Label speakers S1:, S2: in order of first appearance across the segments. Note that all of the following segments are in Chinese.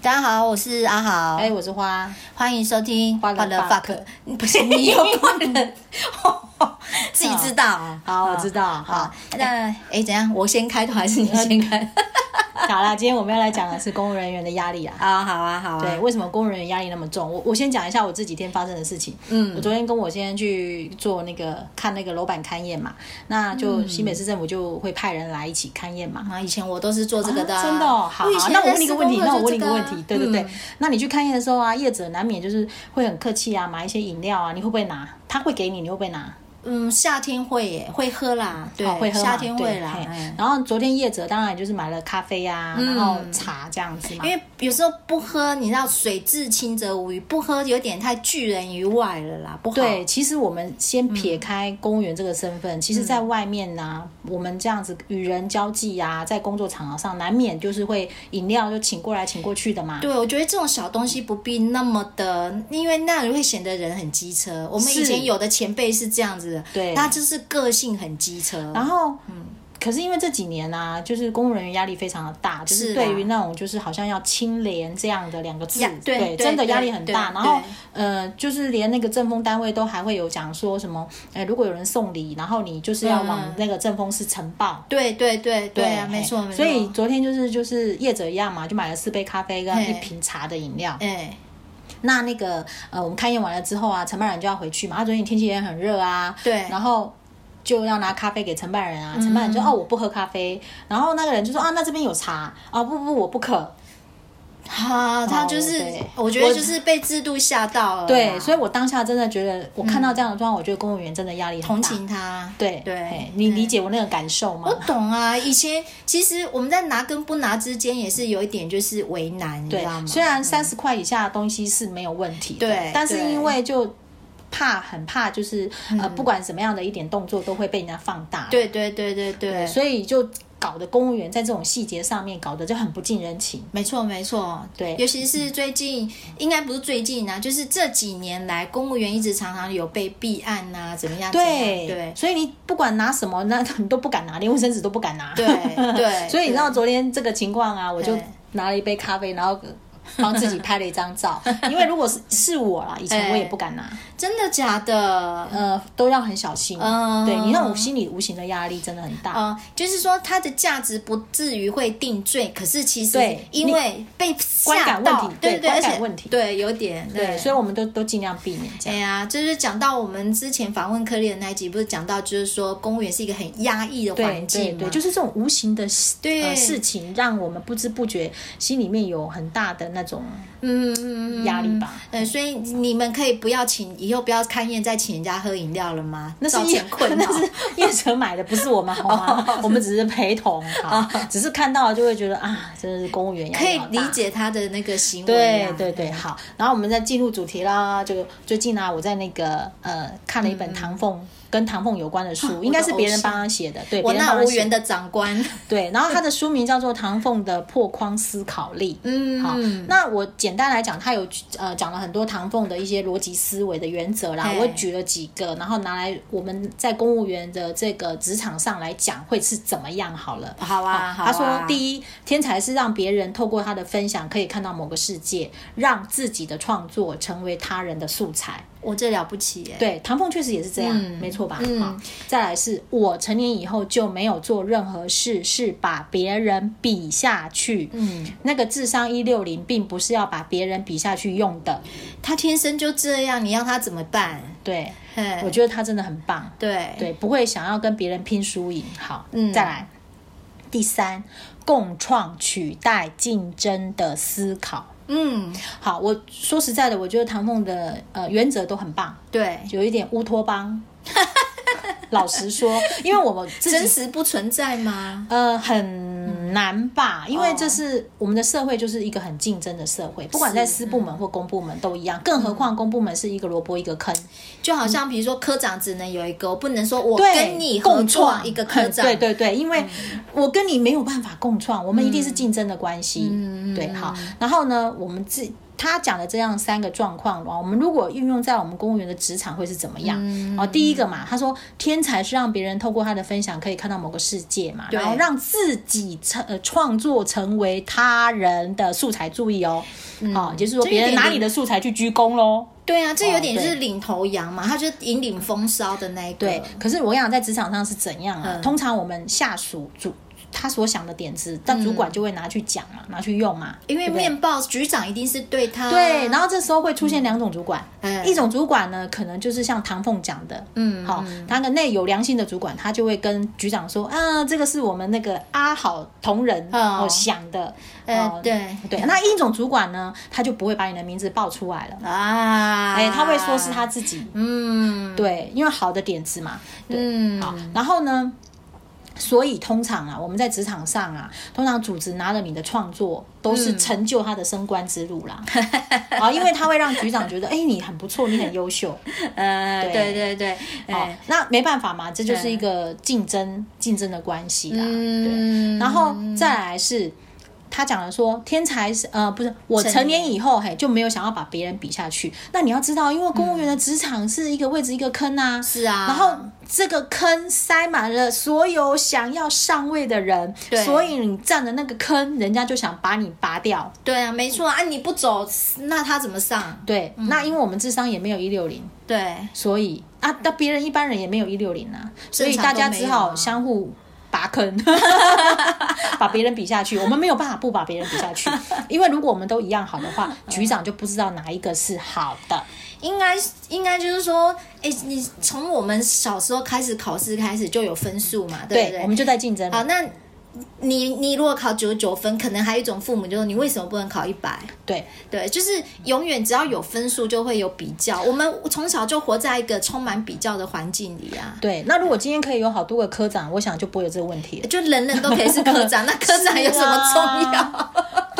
S1: 大家好，我是阿豪，
S2: 哎、我是花，
S1: 欢迎收听
S2: 花了
S1: fuck，不是你又不 能哦自己知道哦。
S2: 好我知道
S1: 好
S2: 好，
S1: 那哎，怎样？我先开头还是你先开？
S2: 好啦，今天我们要来讲的是公务人员的压力啦。
S1: 啊，好啊， 好啊。
S2: 对，为什么公务人员压力那么重？我我先讲一下我这几天发生的事情。嗯，我昨天跟我先生去做那个看那个楼板勘验嘛，那
S1: 嗯
S2: 就新北市政府就会派人来一起勘验嘛。
S1: 啊，以前我都是做这个的啊。
S2: 真的、哦，好
S1: 我以
S2: 好，
S1: 前
S2: 那我
S1: 在
S2: 问你一个
S1: 施工课
S2: 问题，那我
S1: 就
S2: 问你
S1: 这
S2: 一个问
S1: 啊
S2: 题，对对对
S1: 嗯，
S2: 那你去勘验的时候啊，业者难免就是会很客气啊，买一些饮料啊，你会不会拿？他会给你，你会不会拿？
S1: 嗯，夏天会耶，会喝啦，对，
S2: 哦会喝嘛
S1: 夏天会啦
S2: 对。嘿
S1: 哎
S2: 然后昨天业者当然就是买了咖啡啊，然后茶这样子嘛
S1: 嗯因。为有时候不喝，你知道水至清则无鱼，不喝有点太拒人于外了啦，不好。嗯
S2: 对，其实我们先撇开公务员这个身份，其实，在外面呢、我们这样子与人交际啊，在工作场合上，难免就是会饮料就请过来请过去的嘛。
S1: 对，我觉得这种小东西不必那么的，因为那样会显得人很机车。我们以
S2: 是
S1: 前有的前辈是这样子的，
S2: 对
S1: 他就是个性很机车。
S2: 然后，
S1: 嗯
S2: 可是因为这几年啊，就是公务人员压力非常的大，就是是
S1: 啊
S2: 对于那种就是好像要清廉这样的两个字
S1: 呀，对对
S2: 真的
S1: 对
S2: 压力很
S1: 对
S2: 大。
S1: 对
S2: 然后，呃，就是连那个政风单位都还会有讲说什么，呃，如果有人送礼，然后你就是要往
S1: 嗯
S2: 那个政风室呈报。
S1: 对对对对啊，没错
S2: 嘿
S1: 没错。
S2: 所以，昨天就是就是业者一样嘛，就买了四杯咖啡跟
S1: 嘿
S2: 一瓶茶的饮料。
S1: 哎，
S2: 那那个呃，我们勘验完了之后啊，承办人就要回去嘛。啊，昨天天气也很热啊，
S1: 对嗯
S2: 然后。就要拿咖啡给承办人啊，承办人就、哦我不喝咖啡，然后那个人就说啊那这边有茶啊不不我不渴，
S1: 好，他就是
S2: 对，
S1: 我觉得
S2: 我
S1: 就是被制度吓到了啦。
S2: 对，所
S1: 以
S2: 以我当下真的觉得我看到这样的状况，我觉得公务员真的压力很
S1: 嗯同
S2: 大，
S1: 情他。
S2: 对
S1: 对
S2: 嘿，你
S1: 对
S2: 理解我那个感受吗
S1: 我？懂啊，以前其实我们在拿跟不拿之间也是有一点就是为难，你知
S2: 对
S1: 道，吗？嗯
S2: 虽然三十块以下的东西是没有问题的，
S1: 对
S2: 但是
S1: 对嗯
S2: 因为就怕很怕，就是、呃不管什么样的一点动作都会被人家放大，
S1: 对对对对对，
S2: 所以就搞得公务员在这种细节上面搞得就很不近人情。
S1: 没错，没错，
S2: 对
S1: 尤其是最近，应该不是最近啊，就是这几年来，公务员一直常常有被弊案呐、怎么样？
S2: 对
S1: 怎么样
S2: 所以你不管拿什么，那你都不敢拿，连卫生纸都不敢拿。
S1: 对对对，
S2: 所以你知道昨天这个情况啊，我就
S1: 对
S2: 拿了一杯咖啡，然后帮自己拍了一张照。 因为如果是是我啦，以前我也不敢拿，
S1: 真的假的？
S2: 呃，都要很小心。
S1: 嗯
S2: 对你那种心理无形的压力真的很大。
S1: 呃，就是说它的价值不至于会定罪，可是其实
S2: 对
S1: 因为被吓
S2: 观
S1: 到，
S2: 感问题
S1: 对
S2: 对
S1: 对，而
S2: 观感
S1: 且
S2: 问题
S1: 对有点
S2: 对，所以我们都都尽量避免这
S1: 哎
S2: 样。
S1: 呀，就是讲到我们之前访问科里的那一集，不是讲到就是说公务员是一个很压抑的
S2: 对
S1: 环
S2: 对
S1: 境嘛
S2: 对，？就是这种无形的
S1: 对
S2: 呃事情，让我们不知不觉心里面有很大的那种
S1: 嗯嗯嗯嗯
S2: 压力吧。
S1: 嗯，所以你们可以不要请，以后不要勘验再请人家喝饮料了吗？
S2: 那是
S1: 造
S2: 业
S1: 成困扰
S2: 那。是业者买的，不是我们好吗？我们只是陪同，好，只是看到了就会觉得啊，真的是公务员压
S1: 可
S2: 力
S1: 以
S2: 好大
S1: 理。解他的那个行为、
S2: 对
S1: 啊，
S2: 对对，好，然后我们再进入主题啦。就最近啊，我在那个呃看了一本唐凤、跟唐凤有关的书，应该是别人帮他写的，对，
S1: 嗯啊我
S2: 别人帮
S1: 那
S2: 他
S1: 无
S2: 写
S1: 缘
S2: 的。
S1: 的嗯长 官，
S2: 对，然后他的书名叫做《唐凤的破框思考力》。好
S1: 嗯，，
S2: 那我简单来讲，他有呃讲了很多唐凤的一些逻辑思维的原则啦
S1: 嘿，
S2: 我举了几个，然后拿来我们在公务员的这个职场上来讲会是怎么样好了。
S1: 好啊，好啊
S2: 他说，第一，天才是让别人透过他的分享可以看到某个世界，让自己的创作成为他人的素材。
S1: 我这了不起耶、
S2: 对，唐凤确实也是这样，
S1: 嗯
S2: 没错吧？
S1: 嗯
S2: 好再来是我成年以后就没有做任何事是把别人比下去。
S1: 嗯，
S2: 那个智商一六零，并不是要把别人比下去用的。
S1: 他天生就这样，你让他怎么办？
S2: 对，
S1: 嘿
S2: 我觉得他真的很棒。
S1: 对，
S2: 对，不会想要跟别人拼输赢。好，
S1: 嗯
S2: 再来第三，共创取代竞争的思考。
S1: 嗯，
S2: 好，我说实在的，我觉得唐凤的呃原则都很棒，
S1: 对，
S2: 有一点乌托邦。 老实说，因为我们自
S1: 真
S2: 己
S1: 实不存在吗？
S2: 呃很难吧，因为这是我们的社会就是一个很竞争的社会，不管在私部门或公部门都一样，更何况公部门是一个萝卜一个坑，
S1: 就好像比如说科长只能有一个，我不能说我
S2: 嗯对，
S1: 跟你合
S2: 共
S1: 作
S2: 创
S1: 一个科长， 嗯
S2: 对对对，因为我跟
S1: 嗯
S2: 你没有办法共创，我们一定是竞争的关系。对，好。然后呢，我们自他讲的这样三个状况，我们如果运用在我们公务员的职场会是怎么样？
S1: 嗯
S2: 哦，第一个嘛，他说天才是让别人透过他的分享可以看到某个世界嘛，
S1: 对
S2: 然后让自己成呃创作成为他人的素材，注意哦，哦，也就是
S1: 嗯
S2: 说
S1: 这一
S2: 别人
S1: 点
S2: 拿
S1: 点
S2: 你的素材去鞠躬喽。
S1: 对啊，这有点
S2: 哦对
S1: 是领头羊嘛，他就是引领风骚的那一个。
S2: 对，可是我跟你讲，在职场上是怎样啊？
S1: 嗯
S2: 通常我们下属主他所想的点子，但主管就会拿去讲嘛，拿去用嘛，
S1: 嗯因为
S2: 对不对
S1: 面包局长一定是对他
S2: 对，然后这时候会出现两种主管，
S1: 嗯
S2: 一种主管呢，可能就是像唐凤讲的，
S1: 嗯
S2: 好、他的那有良心的主管，他就会跟局长说，啊，这个是我们那个阿好同仁
S1: 哦
S2: 哦想的，
S1: 呃
S2: 哦
S1: 对
S2: 对，那一种主管呢，他就不会把你的名字报出来了，
S1: 啊，
S2: 哎、他会说是他自己，
S1: 嗯
S2: 对，因为好的点子嘛，对，好
S1: 嗯，，
S2: 然后呢，所以通常啊，我们在职场上啊，通常组织拿了你的创作，都
S1: 嗯
S2: 是成就他的升官之路 啦。啊，因为他会让局长觉得，哎、你很不错，你很优秀。
S1: 呃对
S2: 对
S1: 对对，
S2: 哦
S1: 哎，
S2: 那没办法嘛，这就是一个竞争竞争的关系啦。
S1: 嗯
S2: 对，然后再来是。他讲了说，天才是呃不是我成年以后嘿就没有想要把别人比下去。那你要知道，因为公务员的职场是一个位置一个坑啊，
S1: 是啊，
S2: 然后这个坑塞满了所有想要上位的人
S1: 对，
S2: 所以你占了那个坑，人家就想把你拔掉。
S1: 对啊，没错啊，你不走，那他怎么上？
S2: 对，那因为我们智商也没有一六零，
S1: 对，
S2: 所以啊，那别人一般人也没有一六零啊，所以
S1: 正
S2: 大
S1: 常都没有啊
S2: 家只好相互。拔坑， 把别人比下去，我们没有办法不把别人比 下去，因为如果我们都一样好的话，
S1: 嗯
S2: 局长就不知道哪一个是好的。
S1: 应该应该就是说，哎，你从我们小时候开始考试开始就有分数嘛，对不
S2: 对，我们就在竞争了。
S1: 好，那你你如果考九十九分，可能还有一种父母就说你为什么不能考一百？
S2: 对，
S1: 对，就是永远只要有分数就会有比较。我们从小就活在一个充满比较的环境里啊，
S2: 对，那如果今天可以有好多个科长，我想就不会有这个问题了。
S1: 就人人都可以是科长，那科长有什么重
S2: 是
S1: 要？
S2: 啊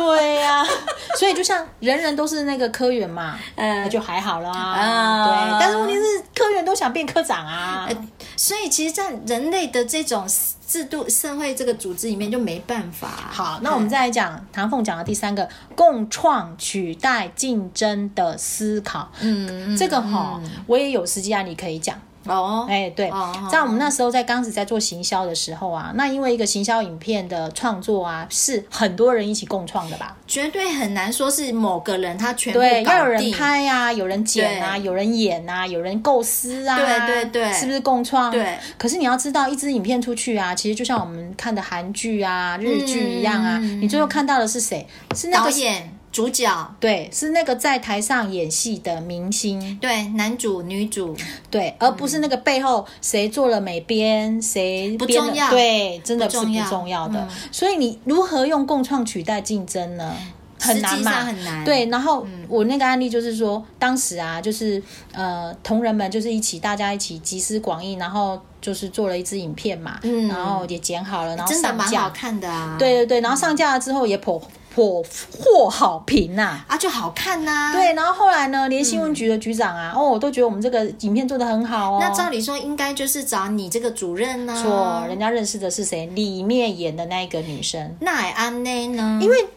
S2: 对呀、 所以就像人人都是那个科员嘛，
S1: 呃
S2: 那
S1: 嗯
S2: 就还好啦。
S1: 啊
S2: 对，但是问题是科员都想变科长啊。
S1: 呃所以其实，在人类的这种制度、社会这个组织里面，就没办法。
S2: 好，那我们再来讲唐凤讲的第三个，
S1: 嗯
S2: 共创取代竞争的思考。
S1: 嗯，嗯
S2: 这个哈、我也有实际案例可以讲。
S1: 哦，
S2: 哎，对
S1: 哦哦，
S2: 在我们那时候在刚时在做行销的时候啊，那因为一个行销影片的创作啊，是很多人一起共创的吧？
S1: 绝对很难说是某个人他全部
S2: 对，要有
S1: 搞
S2: 人
S1: 定。
S2: 拍呀、有人剪啊，
S1: 对
S2: 有人演啊，有人构思啊，
S1: 对对对
S2: 是不是共创？
S1: 对。
S2: 可是你要知道，一支影片出去啊，其实就像我们看的韩剧啊、日剧一样啊，
S1: 嗯
S2: 你最后看到的是谁？是那
S1: 导
S2: 个
S1: 演、主角，
S2: 对，是那个在台上演戏的明星，
S1: 对，男主、女主，
S2: 对，而不是那个背后谁做了美编，谁
S1: 嗯不
S2: 编了
S1: 重要
S2: 对，真的
S1: 不
S2: 是
S1: 重
S2: 不
S1: 要嗯
S2: 重要的。所以你如何用共创取代竞争呢？很难
S1: 实际
S2: 嘛，
S1: 上很难
S2: 对，然后
S1: 嗯
S2: 我那个案例就是说，当时啊，就是呃，同仁们就是一起，大家一起集思广益，然后就是做了一支影片嘛，
S1: 嗯
S2: 然后也剪好了，然后
S1: 真的
S2: 上
S1: 蛮好
S2: 架，
S1: 看的啊。
S2: 对对对，然后上架了之后也颇颇获好评呐、
S1: 啊，就好看呐、。
S2: 对，然后后来呢，连新闻局的局长啊，哦，我都觉得我们这个影片做的很好哦。
S1: 那哦照理说应该就是找你这个主任呐、
S2: 错，人家认识的是谁？里面演的那一个女生，
S1: 那也安内呢？
S2: 因为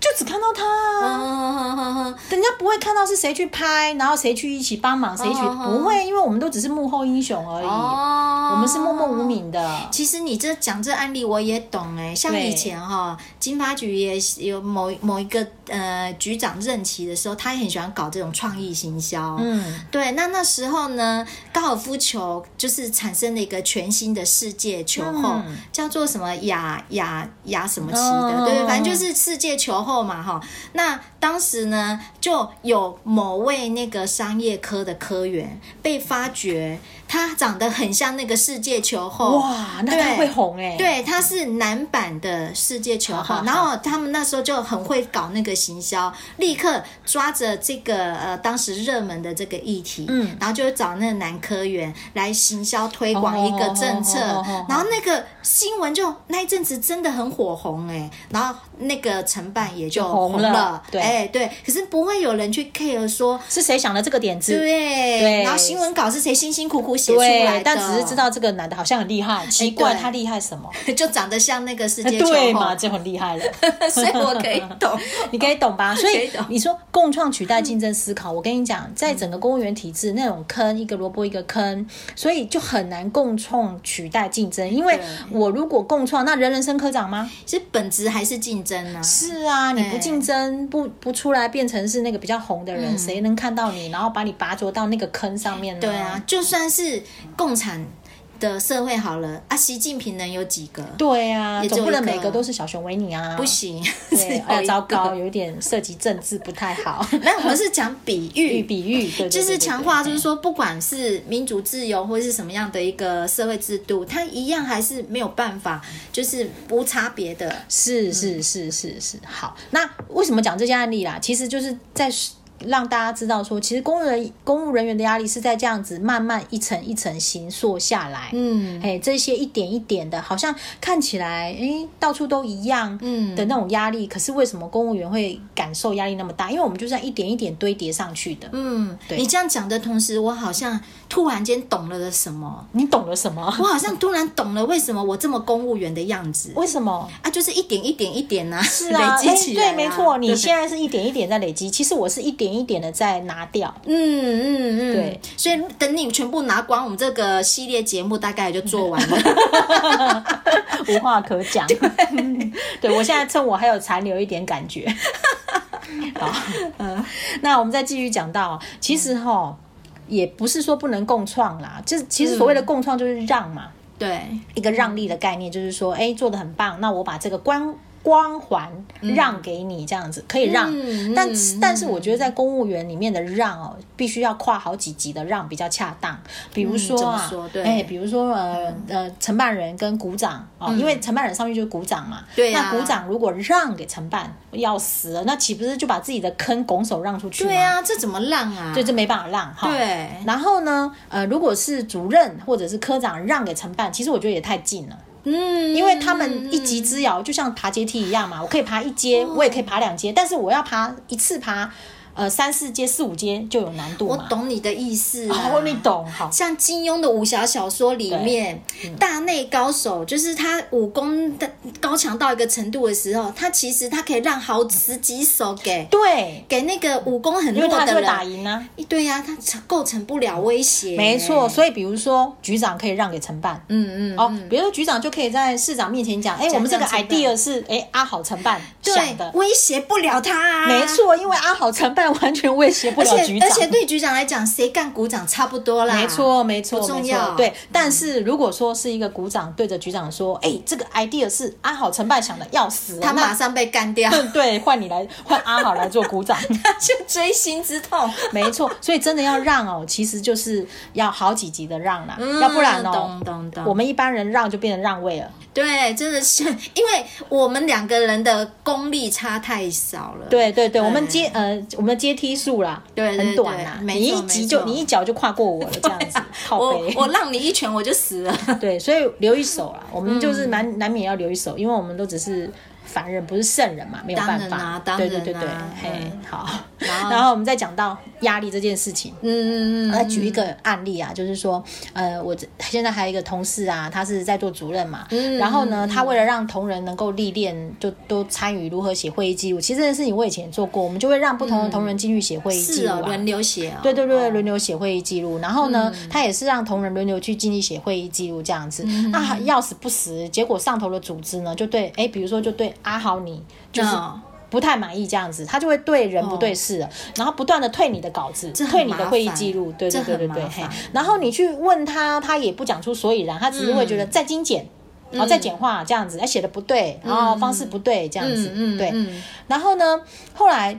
S2: 就只看到她啊，
S1: 嗯，
S2: 人家不会看到是谁去拍，然后谁去一起帮忙，谁去
S1: 嗯嗯嗯
S2: 不会，因为我们都只是幕后英雄而已，
S1: 哦
S2: 我们是默默无。名的。
S1: 其实你这讲这案例我也懂哎、像
S2: 对
S1: 以前哈、金发局也有某某一个呃局长任期的时候，他也很喜欢搞这种创意行销。
S2: 嗯，
S1: 对，那那时候呢，高尔夫球就是产生了一个全新的世界球后，
S2: 嗯
S1: 叫做什么雅雅雅什么旗的，
S2: 哦
S1: 对，反正就是世界球后嘛，哈。那当时呢，就有某位那个商业科的科员被发觉，他长得很像那个世界球后，
S2: 哇，那她
S1: 对
S2: 会红哎、，
S1: 哦对，他是男版的世界球
S2: 好
S1: 后
S2: 好，好
S1: 然后他们那时候就很会搞那个行销，立刻抓着这个呃当时热门的这个议题，
S2: 嗯，
S1: 然后就找那个男科员来行销推广
S2: 哦
S1: 一个政策
S2: 哦哦哦哦哦，
S1: 然后那个新闻就那一阵子真的很火红哎、然后那个承办也就
S2: 就红
S1: 红
S2: 了对
S1: 哎对，可是不会有人去 care 说。
S2: 是谁想的这个点子？
S1: 对，
S2: 对
S1: 然后新闻稿是谁辛辛苦苦写出来的，哎
S2: 但只是知道这个男的好像很厉害，奇怪他厉害什么？
S1: 就长得像那个世界球
S2: 对嘛，
S1: 后，
S2: 就很厉害了。
S1: 所以我可以懂。
S2: 你可以懂吧？所
S1: 可
S2: 以
S1: 以懂嗯
S2: 你说共创取代竞争思考，我跟你讲，在整个公务员体制那种坑，一个萝卜一个坑，所以就很难共创取代竞争。因为
S1: 对
S2: 我如果共创，那人人升科长吗？
S1: 其实本质还 是竞争啊，
S2: 是啊，你不
S1: 对嗯
S2: 竞争，不不出来变成是那个比较红的人，谁能看到你，然后把你拔擢到那个坑上面呢？
S1: 对啊，，就算是共产的社会好了啊，习近平能有几个？
S2: 对啊，
S1: 也只
S2: 总
S1: 有
S2: 不能
S1: 一个
S2: 每个都是小熊维尼啊，
S1: 不。行，
S2: 对，
S1: 只有
S2: 哎呀，
S1: 一个
S2: 糟糕，。有点涉及政治不太 好。
S1: 那 我们是讲比
S2: 喻
S1: 喻，
S2: 比喻，对对对
S1: 就是
S2: 对
S1: 强
S2: 对
S1: 化，就是说，不管是民主自由或是什么样的一个社会制度，它一样还是没有办法，就是无差别的。
S2: 是
S1: 嗯
S2: 是是是是，好。那为什么讲这些案例啦？其实就是在让大家知道说，其实公务人公务人员的压力是在这样子慢慢一层一层形塑下来。
S1: 嗯
S2: 哎，这些一点一点的，好像看起来哎到处都一样，
S1: 嗯
S2: 的那种压力。可是为什么公务员会感受压力那么大？因为我们就是在一点一点堆叠上去的。
S1: 嗯，
S2: 对
S1: 你这样讲的同时，我好像突然间懂了了什 么，
S2: 你懂了什么？
S1: 我好像突然懂了为什么我这么公务员的样子
S2: 为什么？
S1: 啊，就是一点一点一点呐、
S2: 是啊，
S1: 累积
S2: 哎
S1: 起来、
S2: 对，没错，你
S1: 对
S2: 现在是一点一点在累积，其实我是一点一点的在拿掉。
S1: 嗯嗯嗯，
S2: 对。
S1: 所以等你全部拿光，我们这个系列节目大概也就做完 了。
S2: 无话可讲。 对我现在趁我还有残留一点感觉。 好，那我们再继续讲到，其实哈，也不是说不能共创啦，就是其实所谓的共创就是让嘛，
S1: 对，
S2: 一个让利的概念，就是说，哎、做的很棒，那我把这个光光环让给你，这样子、可以让，
S1: 嗯
S2: 但
S1: 嗯
S2: 但是我觉得在公务员里面的让哦，必须要跨好几级的让比较恰当，比如说
S1: 嗯怎么
S2: 啊，
S1: 说对
S2: 哎、比如说呃呃，承办人跟股长哦，因为承办人上去就是股长嘛，
S1: 嗯对啊
S2: 那股长如果让给承办，要死了，那岂不是就把自己的坑拱手让出去吗？
S1: 对啊，这怎么浪啊？
S2: 所以这没办法让哈。
S1: 对
S2: 然后呢，呃，如果是主任或者是科长让给承办，其实我觉得也太近了，
S1: 嗯，
S2: 因为他们一级之遥，就像爬阶梯一样嘛，我可以爬一阶，我也可以爬两阶，但是我要爬一次爬，呃，三四阶、四五阶就有难度
S1: 我
S2: 嘛。
S1: 懂你的意思、啊。
S2: 哦，你懂好。
S1: 像金庸的武侠小说里面，
S2: 嗯
S1: 大内高手就是他武功的高强到一个程度的时候，他其实他可以让好十几手给
S2: 对，
S1: 给那个武功很
S2: 因为
S1: 弱
S2: 他就
S1: 的
S2: 会打
S1: 人。
S2: 赢啊。
S1: 对呀、他构成不了威胁。
S2: 没错，，所以比如说局长可以让给承办。
S1: 嗯嗯，
S2: 哦，比如说局长就可以在市长面前讲，哎，我们这个
S1: 讲承办
S2: idea 是哎阿好承办想
S1: 对
S2: 的，，
S1: 威胁不了他、啊。
S2: 没。错，因为阿豪承办完全威胁不
S1: 而
S2: 了局
S1: 且
S2: 长。
S1: 而且对局长来讲，谁干股长差不多啦。
S2: 没，错，没错，
S1: 啊不重
S2: 没错
S1: 要。
S2: 对，但是如果说是一个股长对着局长说：“哎、 这个 idea 是阿豪承办想的，要死。”
S1: 他马
S2: 那
S1: 上被干掉，
S2: 对，换你来，换阿豪来做股长。
S1: 他 就锥心之痛。
S2: 没错，所以真的要让哦，其实就是要好几级的让啦，要不然
S1: 嗯
S2: 哦
S1: 懂，懂懂。
S2: 我们一般人让就变成让位了。
S1: 对，真的是，因为我们两个人的功力差太少了。
S2: 对对对，
S1: 哎
S2: 我们阶呃，我们的阶梯数啦，
S1: 对对
S2: 很短啦，
S1: 对
S2: 你
S1: 没错
S2: 一级就
S1: 没错
S2: 你一脚就跨过我了，这样 子，靠
S1: 我
S2: 背。
S1: 我让你一拳我就死 了。
S2: 对，所以留一手
S1: 嗯
S2: 啦，我们就是难、难免要留一手，因为我们都只是凡人，不是圣人嘛，没有办
S1: 当
S2: 法。
S1: 然啊当
S2: 对对
S1: 然
S2: 对对，
S1: 啊
S2: 嘿，好。
S1: 然后
S2: 然后我们再讲到压力这件事情。
S1: 嗯嗯
S2: 来举一个案例啊，就是说，呃，我这现在还有一个同事啊，他是在做主任嘛，
S1: 嗯
S2: 然后呢，他为了让同仁能够历练，就都参与如何写会议记录。其实这件事情我以前也做过，我们就会让不同的同仁进去写会议
S1: 嗯，
S2: 记
S1: 是
S2: 录啊
S1: 哦，，轮流写哦。嗯
S2: 对对对，轮流写会议记录，然后呢，他也是让同仁轮流去尽力写会议记录这样子。
S1: 嗯
S2: 那要死不死，结果上头的组织呢，就对，哎，比如说就对阿豪你就是
S1: 哦
S2: 不太满意这样子，他就会对人不对事了，然后不断的退你的稿子，
S1: 这很
S2: 退你
S1: 麻
S2: 的
S1: 烦
S2: 会议记录，对对对对
S1: 这很
S2: 对，
S1: 麻
S2: 嘿
S1: 烦
S2: 然后你去问他，他也不讲出所以然，他只是会觉得
S1: 嗯
S2: 再精简。然后再简化这样子，哎，写的不对，然后方式不对，这样子，
S1: 嗯嗯
S2: 对。
S1: 嗯
S2: 然后呢，后来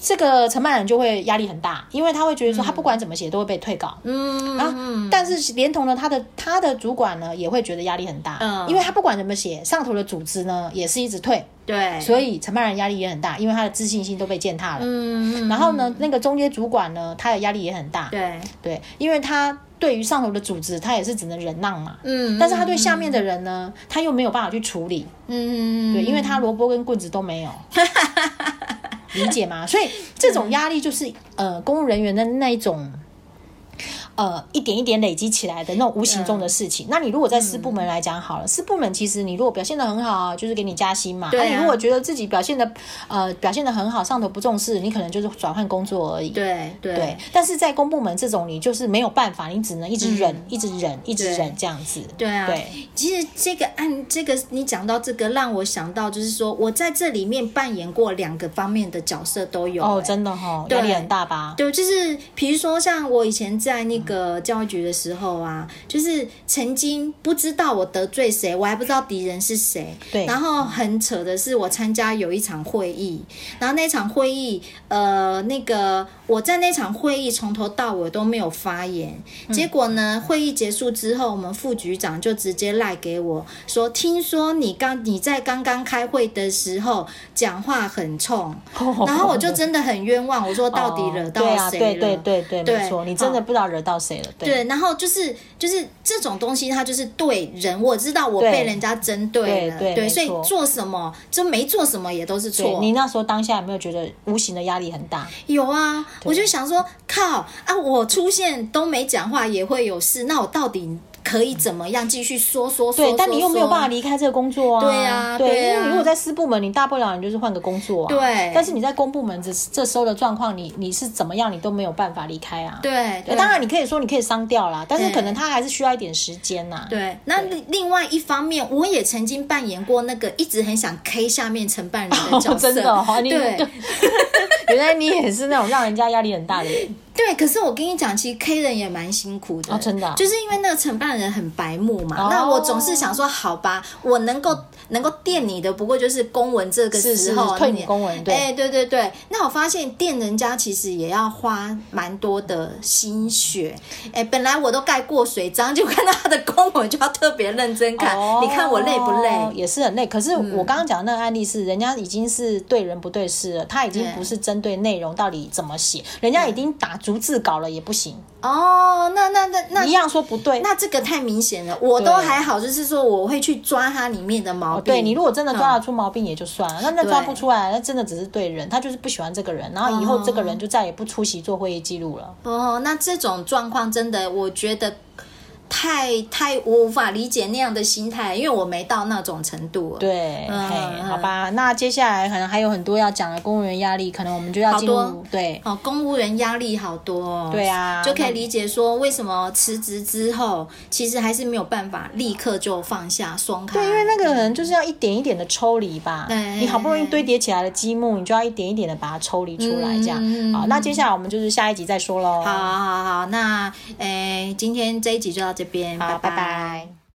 S2: 这个承办人就会压力很大，因为他会觉得说他不管怎么写都会被退稿。
S1: 嗯，
S2: 然后，但是连同了他的他的主管呢，也会觉得压力很大，
S1: 嗯
S2: 因为他不管怎么写，上头的组织呢也是一直退，
S1: 对，
S2: 所以承办人压力也很大，因为他的自信心都被践踏了。
S1: 嗯嗯
S2: 然后呢，那个中间主管呢，他的压力也很大，
S1: 对，
S2: 对，因为他对于上头的组织，他也是只能忍让嘛，
S1: 嗯，
S2: 但是他对下面的人呢，他又没有办法去处理，
S1: 嗯嗯
S2: 对，因为他萝卜跟棍子 都没有，
S1: 嗯
S2: 理解吗？所以这种压力就是呃，公务人员的那一种。呃一点一点累积起来的那种无形中
S1: 嗯
S2: 的事情。那你如果在私部门来讲好了，私部门其实你如果表现的很好，啊就是给你加薪嘛。
S1: 对啊
S2: 那你如果觉得自己表现的呃表现的很好，上头不重视，你可能就是转换工作而已。
S1: 对对
S2: 对，但是在公部门这种，你就是没有办法，你只能一直忍，一直忍，一直忍这样子。
S1: 嗯对啊，
S2: 对
S1: 其实这个案，这个你讲到这个，让我想到就是说，我在这里面扮演过两个方面的角色都有、
S2: 哦，
S1: 欸
S2: 真的哈、
S1: 对
S2: 压力很大吧？
S1: 对，就是比如说像我以前在那个教育局的时候啊，就是曾经不知道我得罪谁，我还不知道敌人是谁。
S2: 对
S1: 然后很扯的是，我参加有一场会议，然后那场会议，呃，那个我在那场会议从头到尾都没有发言。结果呢，会议结束之后，我们副局长就直接赖给我说：“听说你刚你在刚刚开会的时候讲话很冲。”然后我就真的很冤枉，我说到底惹
S2: 对
S1: 到
S2: 啊，
S1: 谁
S2: 对
S1: 了？
S2: 对对对，
S1: 对
S2: 没错，你真的不知道惹到谁了。对
S1: 对，然后就是就是这种东西，它就是对人，我知道我
S2: 对
S1: 被人家针对了，
S2: 对对没
S1: 所以
S2: 错
S1: 做什么就没做什么也都是
S2: 对
S1: 错。
S2: 你那时候当下有没有觉得无形的压力很大？
S1: 有啊，我就想说，靠啊，我出现都没讲话也会有事，那我到底可以怎么样继续说说说
S2: 对，但你又没有办法
S1: 理。
S2: 离开这个工作啊。
S1: 对啊
S2: 对，
S1: 对啊
S2: 因为你如果在私部门，你大不了你就是换个工作啊。
S1: 对
S2: 但是你在公部门这这时候的状况，你你是怎么样，你都没有办法离开啊。
S1: 对，
S2: 对，
S1: 对
S2: 当然你可以说你可以商掉啦，但是
S1: 对
S2: 可能他还是需要一点时间呐。
S1: 对，那另另外一方面，我也曾经扮演过那个一直很想 K 下面承办人的角色，
S2: 真的哦，你
S1: 对
S2: 原来你也是那种让人家压力很大的人。
S1: 对，可是我跟你讲，其实 K 人也蛮辛苦的，
S2: 啊真的啊
S1: 就是因为那个承办人很白目嘛。
S2: 哦
S1: 那我总是想说，好吧，我能够能够垫你的，不过就是公文这个
S2: 是是
S1: 时候
S2: 退你
S1: 你
S2: 公文对
S1: 哎、对对对。那我发现垫人家其实也要花蛮多的心血。哎、本来我都盖过水章，就看到他的公文就要特别认真看。
S2: 哦
S1: 你看我累不累？
S2: 也是很累。可是我刚刚讲的那个案例是，人家已经是对人不对事了，他已经
S1: 对
S2: 不是针对内容到底怎么写，人家已经打逐字稿了也不行，
S1: 哦，那那那那
S2: 一样说不对。
S1: 那这个太明显了，我
S2: 对
S1: 都还好，就是说我会去抓它里面的毛
S2: 哦
S1: 病。
S2: 对你如果真的抓得出毛病也就算了，那那
S1: 对
S2: 抓不出来，那真的只是对人，他就是不喜欢这个人，然后以后这个人就再也不出席做会议记录了。
S1: 哦，那这种状况真的，我觉得太太我无法理解那样的心态，因为我没到那种程度。，
S2: 对，
S1: 嗯
S2: 嘿，
S1: 嗯
S2: 好吧，那接下来可能还有很多要讲的公务员压力，可能我们就要进
S1: 好
S2: 入
S1: 多
S2: 对
S1: 哦，公务员压力好多、哦。
S2: 对啊
S1: 就可
S2: 那
S1: 以理解说为什么辞职之后，其实还是没有办法立刻就放下松开。
S2: 对，因为那个人就是要一点一点的抽离吧，
S1: 对
S2: 你好不容易堆叠起来的积木，你就要一点一点的把它抽离出来，这样。
S1: 嗯
S2: 好，那接下来我们就是下一集再说喽。
S1: 好好好，那诶，今天这一集就到这边，
S2: 好，拜
S1: 拜
S2: 拜